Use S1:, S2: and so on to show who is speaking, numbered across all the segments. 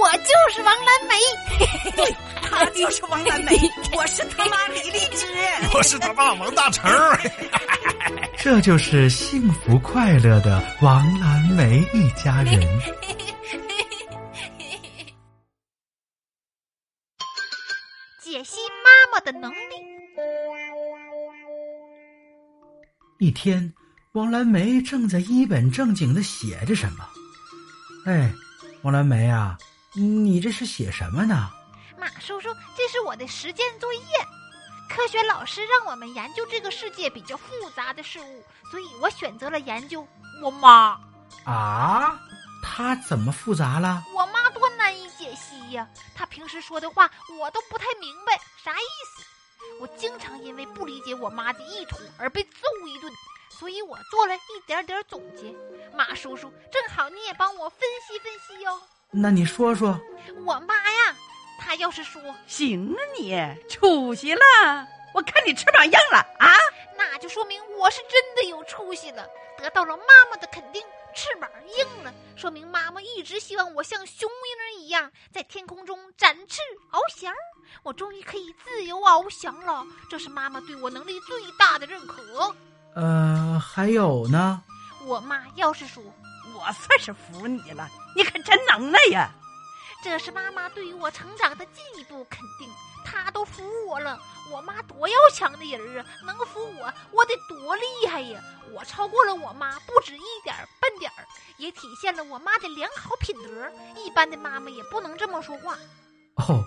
S1: 我就是王蓝梅。
S2: 对，她就是王蓝 梅，我是他妈李荔枝，
S3: 我是他爸王大成儿。
S4: 这就是幸福快乐的王蓝梅一家人。
S1: 解析妈妈的能力。
S4: 一天，王蓝梅正在一本正经的写着什么。哎，王蓝梅啊，你这是写什么呢？
S1: 马叔叔，这是我的实践作业。科学老师让我们研究这个世界比较复杂的事物，所以我选择了研究我妈。
S4: 啊，她怎么复杂了？
S1: 我妈多难以解析呀、她平时说的话我都不太明白啥意思。我经常因为不理解我妈的意图而被揍一顿，所以我做了一点点总结。马叔叔，正好你也帮我分析分析哟、
S4: 那你说说。
S1: 我妈呀，她要是说
S2: 行啊你，出息了，我看你翅膀硬了啊！
S1: 那就说明我是真的有出息了，得到了妈妈的肯定，翅膀硬了，说明妈妈一直希望我像雄鹰一样在天空中展翅翱翔。我终于可以自由翱翔了，这是妈妈对我能力最大的认可。
S4: 呃，还有呢？
S1: 我妈要是说，
S2: 我算是服你了，你可真能耐呀！
S1: 这是妈妈对于我成长的进一步肯定，她都服我了。我妈多要强的人啊，能服我，我得多厉害呀！我超过了我妈不止一点儿半点儿，也体现了我妈的良好品德。一般的妈妈也不能这么说话，
S4: 哦，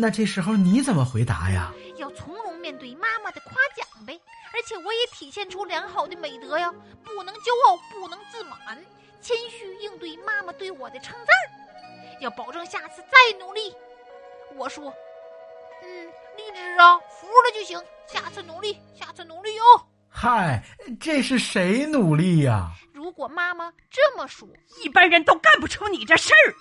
S4: 那这时候你怎么回答呀？
S1: 要从容面对妈妈的夸奖呗。而且我也体现出良好的美德呀，不能骄傲，不能自满，谦虚应对妈妈对我的称赞儿。要保证下次再努力。我说，嗯，荔枝啊，服了就行，下次努力，下次努力哦。
S4: 嗨，这是谁努力呀、
S1: 如果妈妈这么说，
S2: 一般人都干不出你这事儿。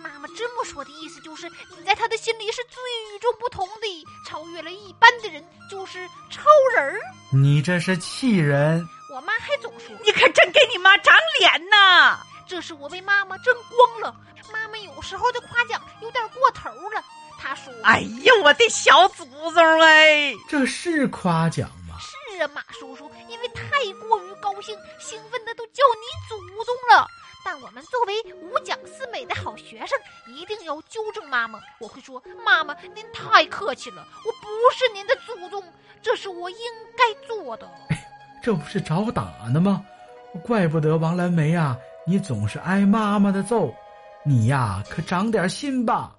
S1: 妈妈这么说的意思就是，你在她的心里是最与众不同的，超越了一般的人，就是超人儿。
S4: 你这是气人！
S1: 我妈还总说，
S2: 你可真给你妈长脸呐！
S1: 这是我被妈妈争光了。妈妈有时候的夸奖有点过头了。她说：“
S2: 哎呀，我的小祖宗哎！
S4: 这是夸奖吗？
S1: 是啊，马叔叔，因为太过于高兴，兴奋的都叫你祖宗了。但我们作为五讲四美的好学生，一定要纠正妈妈。我会说，妈妈，您太客气了，我不是您的祖宗，这是我应该做的。
S4: 这不是找打呢吗？怪不得王蓝梅啊，你总是挨妈妈的揍。你呀、可长点心吧。